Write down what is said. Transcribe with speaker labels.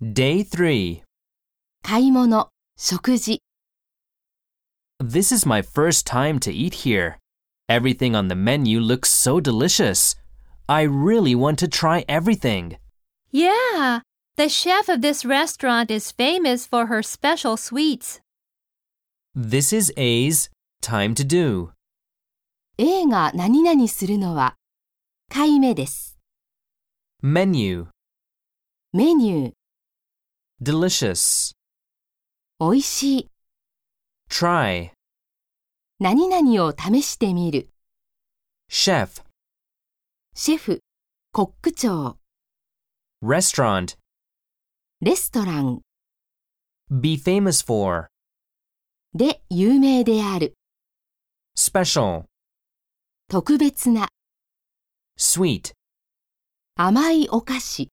Speaker 1: Day 3.
Speaker 2: 買い物、食事、
Speaker 1: This is my first time to eat here. Everything on the menu looks so delicious. I really want to try everything.
Speaker 3: Yeah, the chef of this restaurant is famous for her special sweets.
Speaker 1: This is A's time to do.
Speaker 2: A が何々するのは、買い目です。
Speaker 1: Menu
Speaker 2: メニュー、
Speaker 1: delicious.
Speaker 2: 美味しい、
Speaker 1: Try
Speaker 2: 何々を試してみる、
Speaker 1: chef
Speaker 2: シェフ、コック長、
Speaker 1: restaurant.
Speaker 2: レストラン
Speaker 1: Be famous for
Speaker 2: で有名である、
Speaker 1: special
Speaker 2: 特別な
Speaker 1: sweet.
Speaker 2: 甘いお菓子。